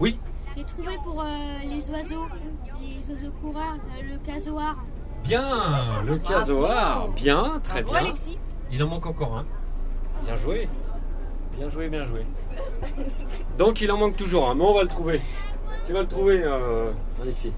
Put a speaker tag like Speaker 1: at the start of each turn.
Speaker 1: Oui,
Speaker 2: J'ai trouvé pour euh, les oiseaux, les oiseaux coureurs, euh, le casoar.
Speaker 1: bien, le casoar, bien, très
Speaker 3: Ah, Bravo,
Speaker 1: bien.
Speaker 3: Alexis.
Speaker 1: Il en manque encore un. Bien joué, bien joué, bien joué. Donc il en manque toujours un, mais on va le trouver. Tu vas le trouver, euh, Alexis.